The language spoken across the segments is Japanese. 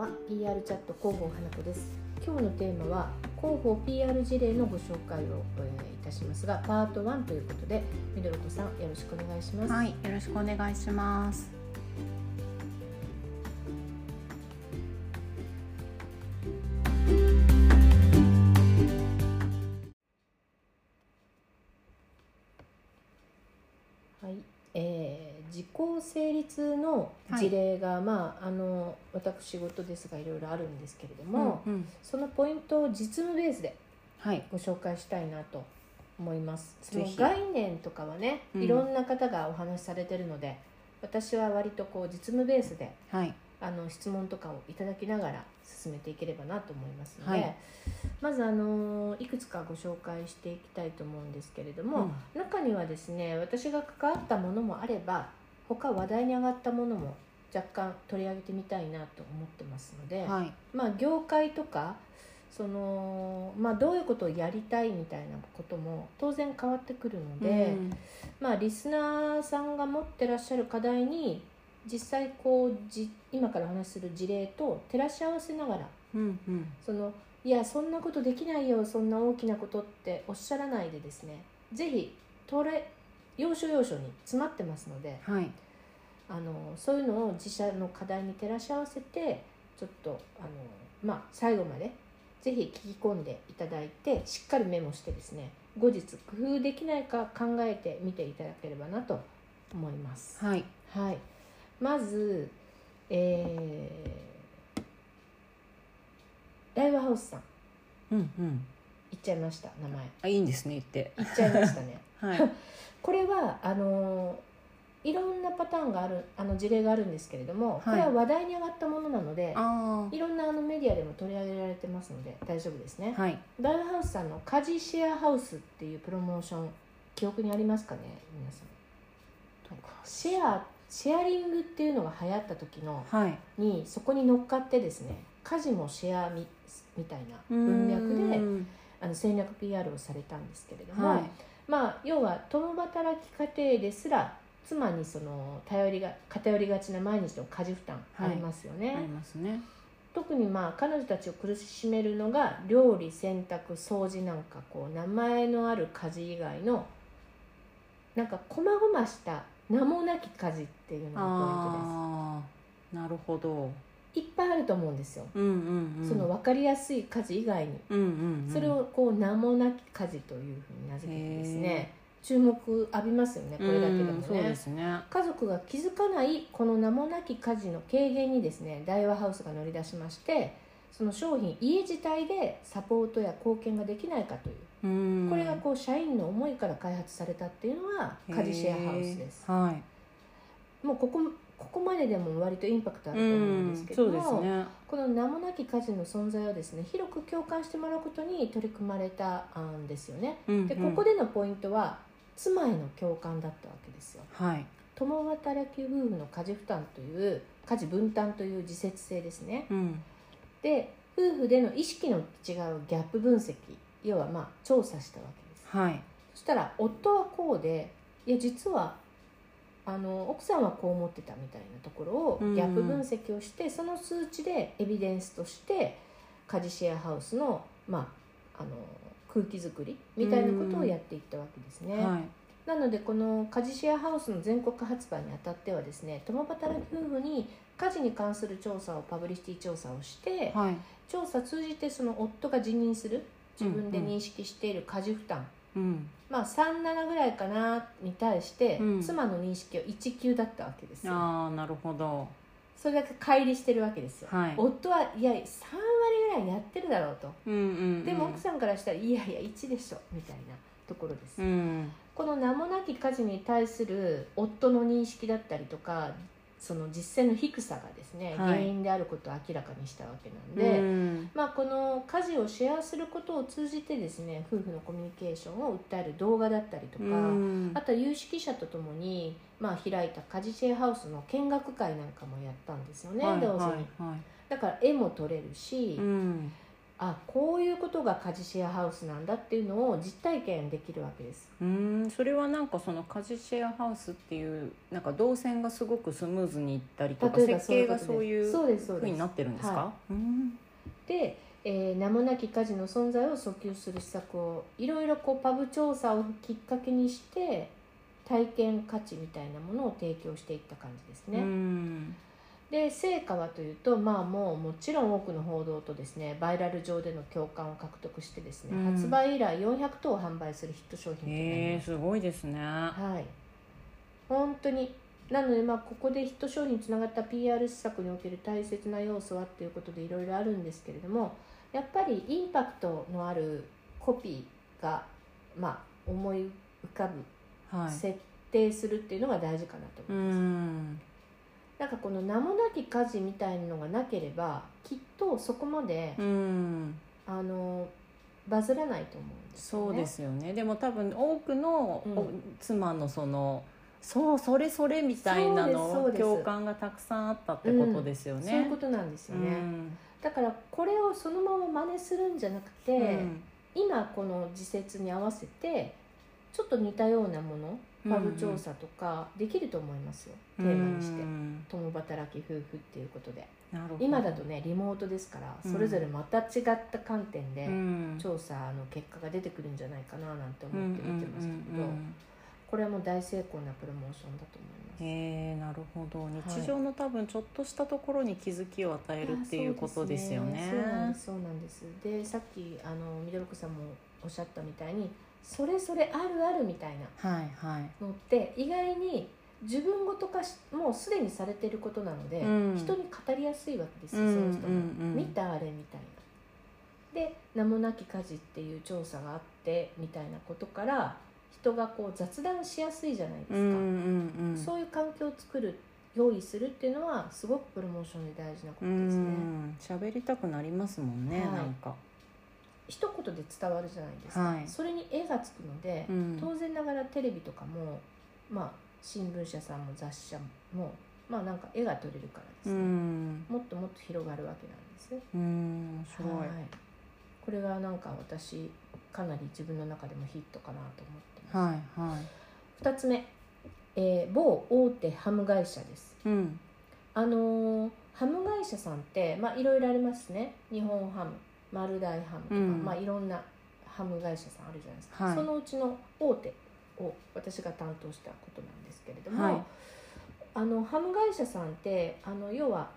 チャット広報花子です今日のテーマは広報 PR 事例のご紹介を、えーいたしますがパート1ということでみどろこさんよろしくお願いします、はい、よろしくお願いします。はいえー、時効成立の事例が、まああの私仕事ですがいろいろあるんですけれども、うんうん、そのポイントを実務ベースではい、ご紹介したいなと思いますそぜのひ概念とかはね、うんいろんな方がお話しされてるので私は割とこう実務ベースではい、あの質問とかをいただきながら進めていければなと思いますので、はいまずあのいくつかご紹介していきたいと思うんですけれどうもん、中にはですね私が関わったものもあれば他話題に上がったものも若干取り上げてみたいなと思ってますので、はい、まあ、業界とかその、まあ、どういうことをやりたいみたいなことも当然変わってくるので、うんまあ、リスナーさんが持ってらっしゃる課題に実際こうじ今からお話しする事例と照らし合わせながらうんうん、そのいやそんなことできないよそんな大きなことっておっしゃらないでですねぜひとれ要所要所に詰まってますのではい、あのそういうのを自社の課題に照らし合わせてちょっとあの、まあ、最後までぜひ聞き込んでいただいてしっかりメモしてですね後日工夫できないか考えてみていただければなと思います。はい、はい、まず、えー、ライブハウスさんうんうん、言っちゃいました名前あ、いいんですね言って、言っちゃいましたねはい、 これはあのいろんなパターンがあるあの事例があるんですけれども、いこれは話題に上がったものなのであいろんなあのメディアでも取り上げられてますので大丈夫ですね、あ、はい、ダウハウスさんの家事シェアハウスっていうプロモーション記憶にありますかね皆さんシェアシェアリングっていうのが流行った時のはい、にそこに乗っかってですね家事もシェアみみたいな文脈であの戦略 PR をされたんですけれどでも、はい、まあ要は共働き家庭ですら妻にその頼りが偏りがちな毎日の家事負担ありますよね、ありますね。特にまあ彼女たちを苦しめるのが料理洗濯掃除なんかこう名前のある家事以外のなんか細々した名もなき家事っていうのがポイントああ、なるほど。ですいっぱいあると思うんですよ、うんうんうん。その分かりやすい家事以外にうんうんうん。それをこう名もなき家事というふうに名付けてですね注目浴びますよねこれだけでもうんそうねですね。家族が気づかないこの名もなき家事の軽減にですね大和ハウスが乗り出しましてその商品家自体でサポートや貢献ができないかといううん。これがこう社員の思いから開発されたっていうのが家事シェアハウスですへーはい。もうここここまででも割とインパクトあると思うんですけそどうですも、ね。この名もなき家事の存在をですね広く共感してもらうことに取り組まれたんですよねうんうんでここでのポイントは妻への共感だったわけですよはい。共働き夫婦の家事負担という家事分担という自節性ですねうん。で夫婦での意識の違うギャップ分析要はまあ調査したわけですはい。そしたら夫はこうでいや実はあの奥さんはこう思ってたみたいなところをうんギャップ分析をして、その数値でエビデンスとして家事シェアハウスの,、まあ、あの空気作りみたいなことをやっていったわけですね。はい。なのでこの家事シェアハウスの全国発売にあたってはですね共働き夫婦に家事に関する調査をパブリシティ調査をしてはい。調査通じてその夫が辞任する自分で認識している家事負担、うん。まあ37ぐらいかなに対して、うん妻の認識は19だったわけですよああ、なるほど。それだけ乖離してるわけですよ、はい。夫はいや3割ぐらいやってるだろうとうんうん。でも奥さんからしたらいやいや1でしょみたいなところです、うん。この名もなき家事に対する夫の認識だったりとかその実践の低さがですね、はい原因であることを明らかにしたわけなんうで、んまあ、この家事をシェアすることを通じてですね夫婦のコミュニケーションを訴える動画だったりとか、うんあとは有識者とともに、まあ、開いた家事シェアハウスの見学会なんかもやったんですよね、はい同時に、はいはいだから絵も撮れるし、うんあこういうことが家事シェアハウスなんだっていうのを実体験できるわけです。うーんそれはなんかその家事シェアハウスっていうなんか動線がすごくスムーズにいったりとか例えば設計がそういうそうですそうふうでにすなってるんですか、はうーんで、えー名もなき家事の存在を訴求する施策をいろいろこうパブ調査をきっかけにして体験価値みたいなものを提供していった感じですね。うーんで成果はというとまあもうもちろん多くの報道とですねバイラル上での共感を獲得してですね、うん発売以来400頭を販売するヒット商品となりえまー、しすごいですねた、はい本当になのでまあここでヒット商品につながった PR 施策における大切な要素はということでいろいろあるんですけれどもやっぱりインパクトのあるコピーがまあ思い浮かぶ、はい設定するっていうのが大事かなとうー思います、んなんかこの名もなき家事みたいなのがなければきっとそこまでう、ーんあのバズらないと思うんですよそうね。ですよねでも多分多くのうんお妻のその、そうそれそれみたいなそうのですそうです共感がたくさんあったってことですよね。そういうことなんですよね、だからこれをそのまま真似するんじゃなくて、うんうん今この時節に合わせてちょっと似たようなものパブ調査とかできると思いますよ、テーマにしてうん共働き夫婦っていうことでなるほど今だとねリモートですからうんそれぞれまた違った観点で、うん調査の結果が出てくるんじゃないかななんて思って見てましたけうんうんうどんうんこれはもう大成功なプロモーションだと思いまへえなるほど日常の多分ちょっとしたところに気づきを与えるっす。ていうことですよね。そうなんですそうなんですでさっきあのミドルコさんもおっしゃったみたいにそれそれあるあるみたいなはいはい。のって意外に自分ごと化しもうすでにされてることなので、うん人に語りやすいわけですよ、その人が。見見たあれみたいな。で名もなき家事っていう調査があってみたいなことから人がこう雑談しやすいじゃないですか、そういう環境を作る用意するっていうのはすごくプロモーションで大事なことうですね、ん喋りたくなりますもんね、はいなんか。一言で伝わるじゃないですか、はいそれに絵がつくので、うん当然ながらテレビとかもまあ新聞社さんも雑誌社もまあなんか絵が撮れるからですうね、んもっともっと広がるわけなんですねうん面白はいい。これがなんか私かなり自分の中でもヒットかなと思ってます、はいはい。 2つ目、えー某大手ハム会社ですうんあのーハム会社さんってまあいろいろありますね日本ハム丸大ハムとか、うんまあいろんなハム会社さんあるじゃないですか、はいそのうちの大手を私が担当したことなんですけれども、はいあのハム会社さんってあの要は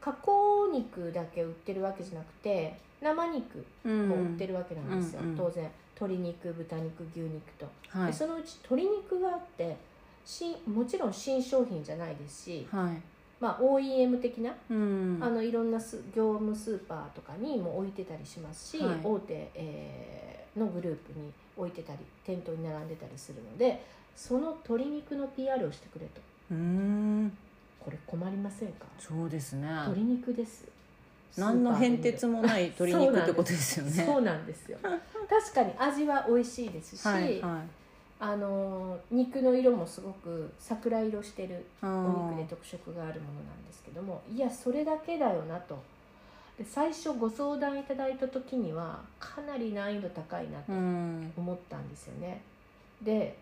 加工肉だけ売ってるわけじゃなくて生肉うをん売ってるわけなんですよ、うんうん当然鶏肉豚肉牛肉と、はでいそのうち鶏肉があって新もちろん新商品じゃないですし、はい。まあ、OEM 的な、うんあのいろんなス業務スーパーとかにも置いてたりしますし、はい大手、えーのグループに置いてたり店頭に並んでたりするのでその鶏肉の PR をしてくれとうんこれ困りませんかそうですね。鶏肉です何の変哲ももない鶏肉ってことですよね。そうなんです よ確かに味は美味しいですし、はいはい。あのー肉の色もすごく桜色してるおお肉で特色があるものなんですけどもいやそれだけだよなとで最初ご相談いただいた時にはかなり難易度高いなとうん思ったんですよね、で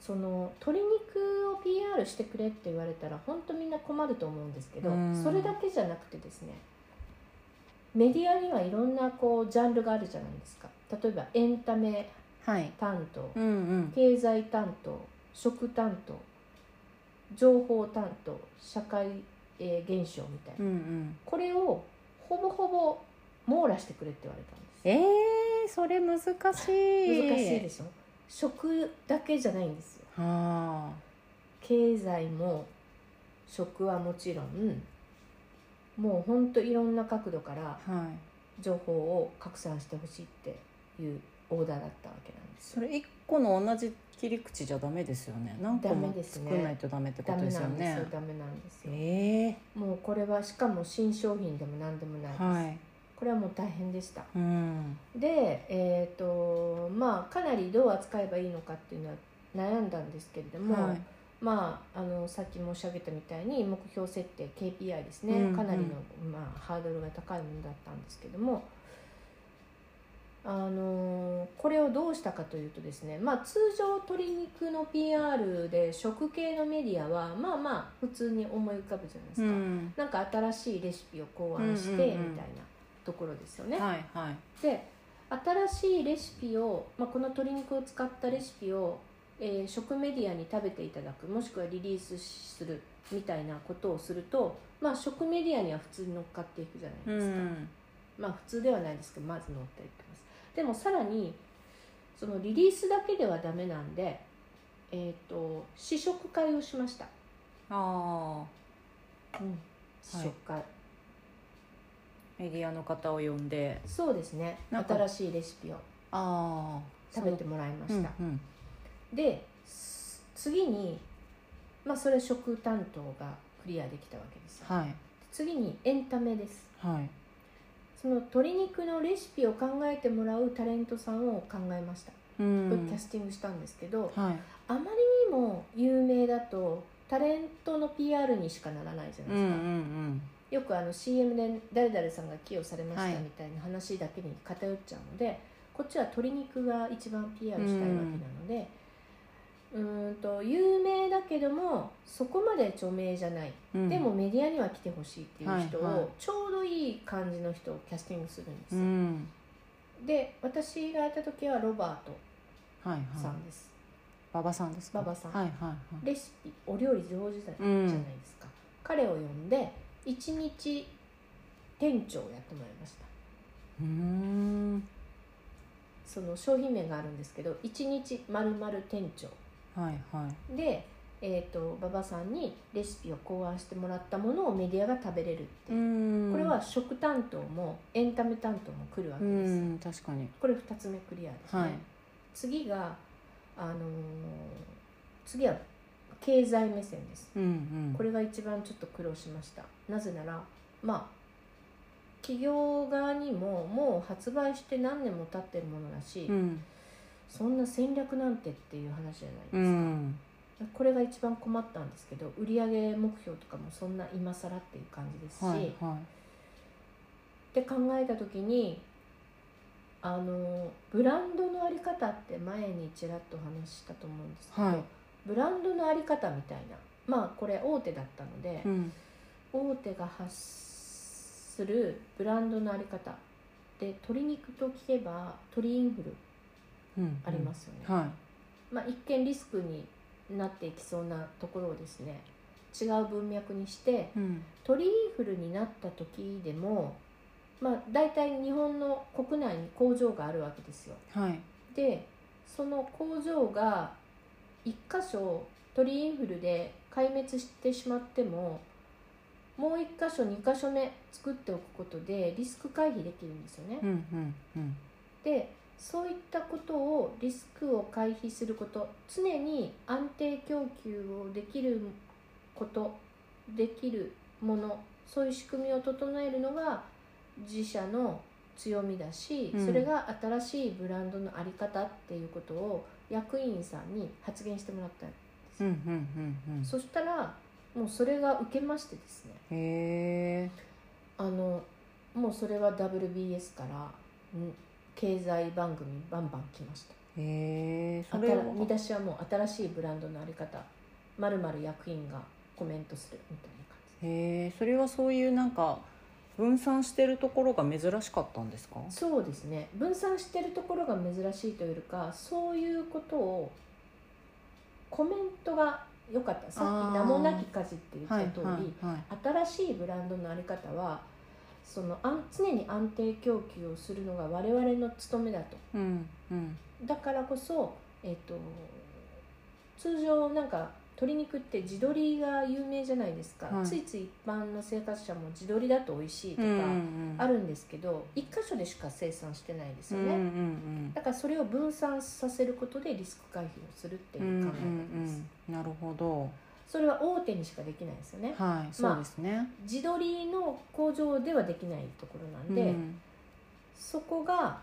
その鶏肉を PR してくれって言われたら本当みんな困ると思うんですけど、うんそれだけじゃなくてですねメディアにはいろんなこうジャンルがあるじゃないですか例えばエンタメはい。担当、うんうん。経済担当食担当情報担当社会、えー現象みたいな、うんうん。これをほぼほぼ網羅してくれって言われたんですえー、それ難しい。難しい難しいでしょ食だけじゃないんですよはあ。経済も食はもちろんもうほんといろんな角度からはい。情報を拡散してほしいっていうオーダーだったわけなんですそよれ一個の同じ切り口じゃダメですよね。何個ダメもですね作んないとダメってこダとメですなよんですよね。ダメなんですよえもうこれはしかも新商品でも何でもないえです、はい。これはもう大変でしたうん。でえっ、とまあかなりどう扱えばいいのかっていうのは悩んだんですけれども、はい。まああのさっき申し上げたみたいに目標設定 KPI ですね、うんうんかなりの、まあ、ハードルが高いものだったんですけどもあのこれをどうしたかというとですね、まあ、通常鶏肉の PR で食系のメディアはまあまあ普通に思い浮かぶじゃないですか、うんなんか新しいレシピを考案してみたいうんうんうんなところですよね。はいはいで新しいレシピを、まあ、この鶏肉を使ったレシピを、えー食メディアに食べていただくもしくはリリースするみたいなことをすると、まあ、食メディアには普通に乗っかっていくじゃなういですか。んまあ普通ではないですけどまず乗っていってますでもさらにそのリリースだけではダメなんでえっ、と試食会をしました、ああうん、試食会、メディアの方を呼んでそうですねなんか新しいレシピをああ食べてもらいました、うんです次にまあそれ食担当がクリアできたわけですよはい次にエンタメですはいその鶏肉のレシピを考えてもらうタレントさんを考えました、うこれんキャスティングしたんですけど、はいあまりにも有名だとタレントの PR にしかならないじゃなういんうですんか、うんよくあの CM で誰々さんが寄与されましたはいみたいな話だけに偏っちゃうので、こっちは鶏肉が一番 PR したいわけなのでうーんと有名だけどもそこまで著名じゃない、うんでもメディアには来てほしいっていう人を、はいはいちょうどいい感じの人をキャスティングするんですうよ、んで私がやった時はロバートはいはいさんです、馬場さんですか馬場さんはいはいはいレシピお料理上手だじうゃなんいですか、彼を呼んで一日店長をやってもらいましたうーんその商品名があるんですけど一日まるまる店長はいはいでえー、と馬場さんにレシピを考案してもらったものをメディアが食べれるってういう、んこれは食担当もエンタメ担当も来るわけうです、ん確かにこれ2つ目クリアですね、はい次が、あのー次は経済目線ですうんうんこれが一番ちょっと苦労しましたなぜならまあ企業側にももう発売して何年も経ってるものだし、うんそんな戦略なんてっていう話じゃうないですんか、これが一番困ったんですけど売上目標とかもそんな今更っていう感じですし、はいっはて考えた時にあのブランドのあり方って前にちらっとお話ししたと思うんですけど、はいブランドのあり方みたいなまあこれ大手だったので、いうん大手が発するブランドのあり方で鶏肉と聞けば鳥インフルうんありますよね、はいまあ、一見リスクになっていきそうなところをですね違う文脈にしてうん鳥インフルになった時でも、まあ、大体日本の国内に工場があるわけですよはいでその工場が一箇所鳥インフルで壊滅してしまってももう一箇所二箇所目作っておくことでリスク回避できるんですよね。うんうんうんでそういったことをリスクを回避すること常に安定供給をできることできるものそういう仕組みを整えるのが自社の強みだし、うんそれが新しいブランドの在り方っていうことを役員さんに発言してもらったのうんうんうんうんそしたらもうそれが受けましてですねへえあのもうそれは WBS からん経済番組バンバン来ました。へえそあれたはら見出しはもう新しいブランドのあり方まるまる役員がコメントするみたいな感じへえそれはそういうなんか分散してるところが珍しかったんですかそうですね分散してるところが珍しいというよりかそういうことをコメントが良かったさっあーき名もなき家事って言ったはい通り、はいはい新しいブランドのあり方はそのあん常に安定供給をするのが我々の務めだとうんうんだからこそ、えっと通常なんか鶏肉って地鶏が有名じゃないですか、はいついつい一般の生活者も地鶏だと美味しいとうんうんうかあんるんですけど、一箇所でしか生産してないですうんよね、うんうんだからそれを分散させることでリスク回避をするってうんいうんうう考え方です、んなるほどそれは大手にしかできないですよねはいそうですね地鶏の工場ではできないところなんで、うんそこが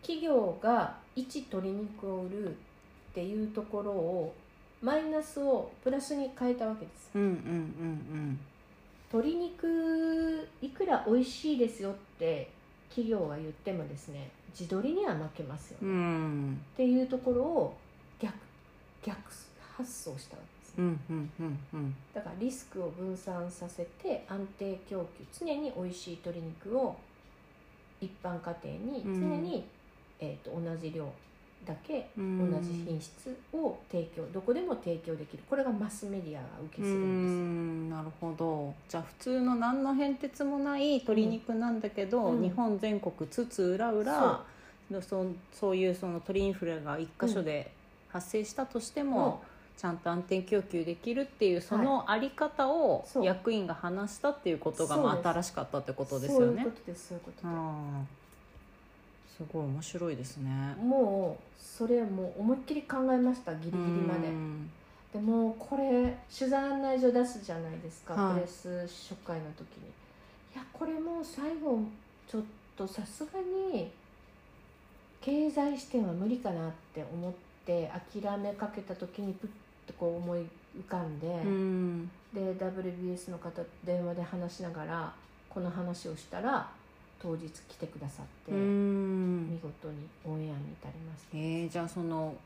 企業が一鶏肉を売るっていうところをマイナスをプラスに変えたわけですうんうんうん鶏肉いくら美味しいですよって企業が言ってもですね自撮りには負けますよ、うっんていうところを逆逆発想したわけです、うねんうんうんうんだからリスクを分散させて安定供給常に美味しい鶏肉を一般家庭に常に、えー、と同じ量だけ同うんじ品質を提供どこでも提供できるこれがマスメディアが受けうするんですんなるほどじゃあ普通の何の変哲もない鶏肉なんだけど、うん日本全国津々浦々のそそういうその鳥インフルが一箇所で発生したとしても、もちゃんと安定供給できるっていうそのあり方をそう役員が話したっていうことがそうまであす新しかったってこうとですそうよいうねこ。とですそういうことでうすんすごい面白いですね。もうそれもう思いっきり考えましたギリギリまでうんでもこれ取材案内所出すじゃないですか、はいプレス初回の時にいやこれもう最後ちょっとさすがに経済視点は無理かなって思って諦めかけた時にプッとこう思い浮かんで、うんで WBS の方と電話で話しながらこの話をしたら当日来てくださって、うん見事にオンエアに至りましたえー、じゃあその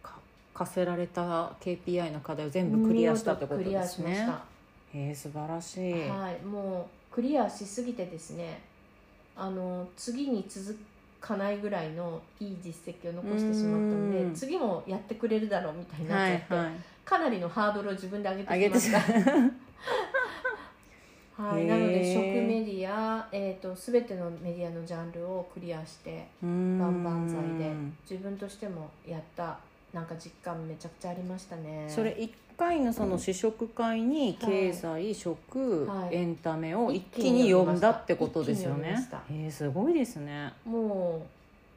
か課せられた KPI の課題を全部クリアしたってことです見事クリアしねまし。えー、素晴らしい。たはいもうクリアしすぎてですねあの次に続かないぐらいのいい実績を残してしまったのうでん次もやってくれるだろうみたいになっちゃって、はいはいかなりのハードルを自分で上げあげててししままっうた。はい、へーなので食メディア、えー、と全てのメディアのジャンルをクリアして万々歳でうん自分としてもやったなんか実感めちゃくちゃありましたねそれ一回のその試食会にうん経済、食、はいエンタメを一一気気にに読みま読んしただってことですよ一気にね読えー、すごいですねもう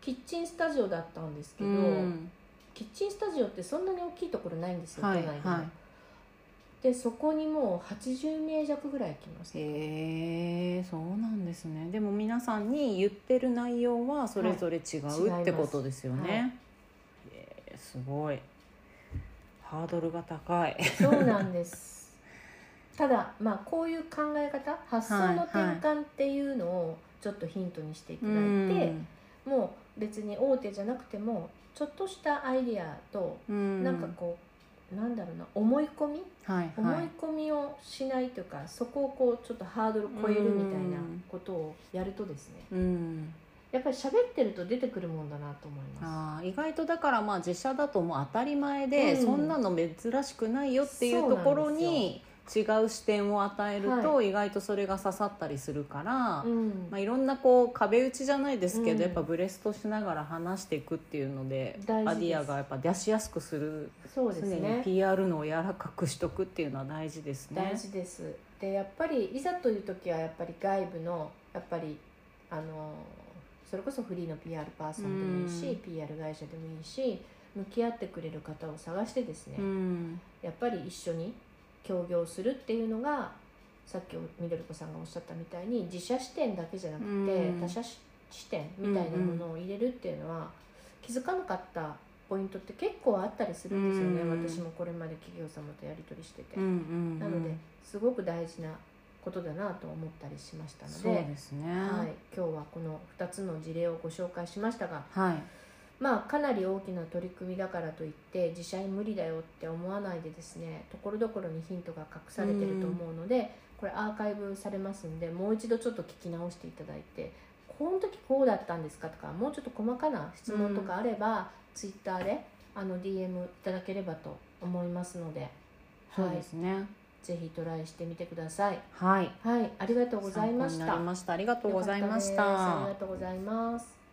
キッチンスタジオだったんですけど、うんキッチンスタジオってそんなに大きいところないんですよ、はい都内でも、はでそこにもう80名弱ぐらい来ましたいへえそうなんですねでも皆さんに言ってる内容はそれぞれ違はいうってことですよ違いまね、えーすごいハードルが高いそうなんです ただまあこういう考え方発想の転換っていうのをちょっとヒントにしていただいて、もう別に大手じゃなくてもちょっとしたアイディアとうんなんかこう、なんだろうな思い込みはい思はいい込みをしないというか、そこをこうちょっとハードル超えるみたいなことをやるとですねうんやっぱり喋ってると出てくるもんだなと思います。あー意外とだからまあ自社だともう当たり前で、うんそんなの珍しくないよっていうところに違う視点を与えると意外とそれが刺さったりするから、うんまあ、いろんなこう壁打ちじゃないですけど、うんやっぱブレストしながら話していくっていうので大ア事イデですィアがやっぱ出しやすくするそうです常にね PR のを柔らかくしとくっていうのは大事ですね。大事ですでやっぱりいざという時はやっぱり外部のやっぱりあのそれこそフリーの PR パーソンでもいいし、うん PR 会社でもいいし向き合ってくれる方を探してですね、うんやっぱり一緒に協業するっていうのがさっきみどりこさんがおっしゃったみたいに自社視点だけじゃなくて、うん他社視点みたいなものを入れるっていうのは、気づかなかったポイントって結構あったりするんですよね、うん私もこれまで企業様とやり取りしてて、うんうんなのですごく大事なことだなと思ったりしましたのそうでですね、はい、今日はこの2つの事例をご紹介しましたがはいまあかなり大きな取り組みだからといって自社に無理だよって思わないでですねところどころにヒントが隠されてると思うので、これアーカイブされますんでもう一度ちょっと聞き直していただいてこの時こうだったんですかとかもうちょっと細かな質問とかあれば、ツイッターであの DM いただければと思いますので、そうはでい、すねぜひトライしてみてください。はいはい、ありがとうございまし参考になたり。ましたありがとうございましよかったたですありがとうございます。